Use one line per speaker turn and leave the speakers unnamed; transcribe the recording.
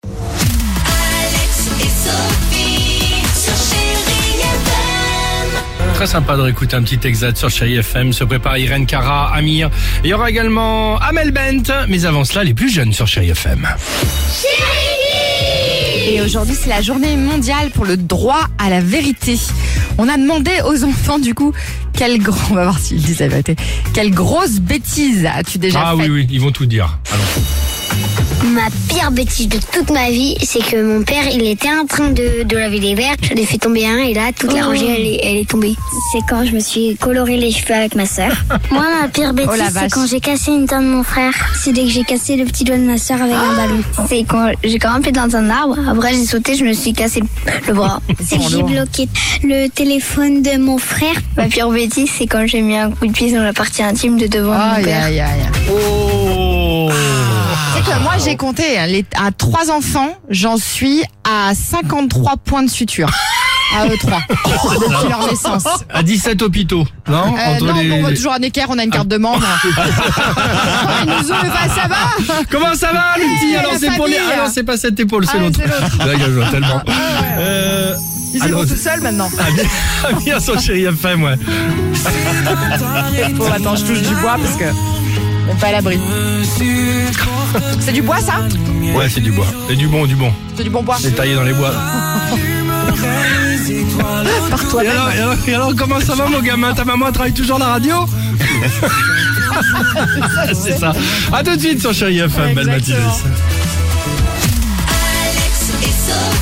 Alex et Sophie sur Chérie FM.
Très sympa de réécouter un petit exat sur Chéri FM. Se prépare Irène Cara, Amir. Il y aura également Amel Bent. Mais avant cela, les plus jeunes sur Chéri FM.
Et aujourd'hui, c'est la journée mondiale pour le droit à la vérité. On a demandé aux enfants, du coup, quelle gros, on va voir s'ils disent la vérité, quelle grosse bêtise as-tu déjà
Ah oui,
faite
oui, ils vont tout dire. Allons.
Ma pire bêtise de toute ma vie, c'est que mon père, il était en train de, de laver les verres. Je l'ai fait tomber un et là, toute la rangée, elle, est- elle est tombée. Oh. C'est quand je me suis coloré les cheveux avec ma sœur. Moi, ma pire bêtise,
Oh la vache.
c'est quand j'ai cassé une dent de mon frère. C'est dès que j'ai cassé le petit doigt de ma sœur avec un ballon. C'est quand j'ai grimpé dans un arbre. Après, j'ai sauté, je me suis cassé le bras. c'est que j'ai bloqué le téléphone de mon frère. Ma pire bêtise, c'est quand j'ai mis un coup de pied dans la partie intime de devant mon
Aïe,
père.
aïe, aïe. Ah.
Oh
C'est que moi, j'ai compté, hein, les- à trois enfants, j'en suis à 53 points de suture. À eux trois. Depuis leur naissance.
À 17 hôpitaux. Non
Euh,
Entre
non,
les- Ah.
bon, on voit toujours un équerre, on a une carte de membre. Ils nous ouvrent, bah, ça va
Comment ça va, le petit
Hey,
Alors,
Eh, la
c'est pour les-
famille.
Ah non, c'est pas cette épaule, c'est
Ah,
l'autre.
c'est l'autre. Ah,
Là, il y en a tellement. Euh,
Ils y
alors,
vont tout seuls maintenant.
Amir, Amir sur Chéri FM, ouais.
Bon, Oh, attends, je touche du bois parce que on est pas à l'abri. C'est du bois, ça
Ouais, c'est du bois. C'est du bon, du bon.
C'est du bon bois.
C'est taillé dans les bois.
Par
Et alors, et alors, et alors, comment ça va mon gamin Ta maman elle travaille toujours à la radio C'est ça. A tout de suite sur Chéri FM, belle matinée.
Exactement.
Alex et Sophie.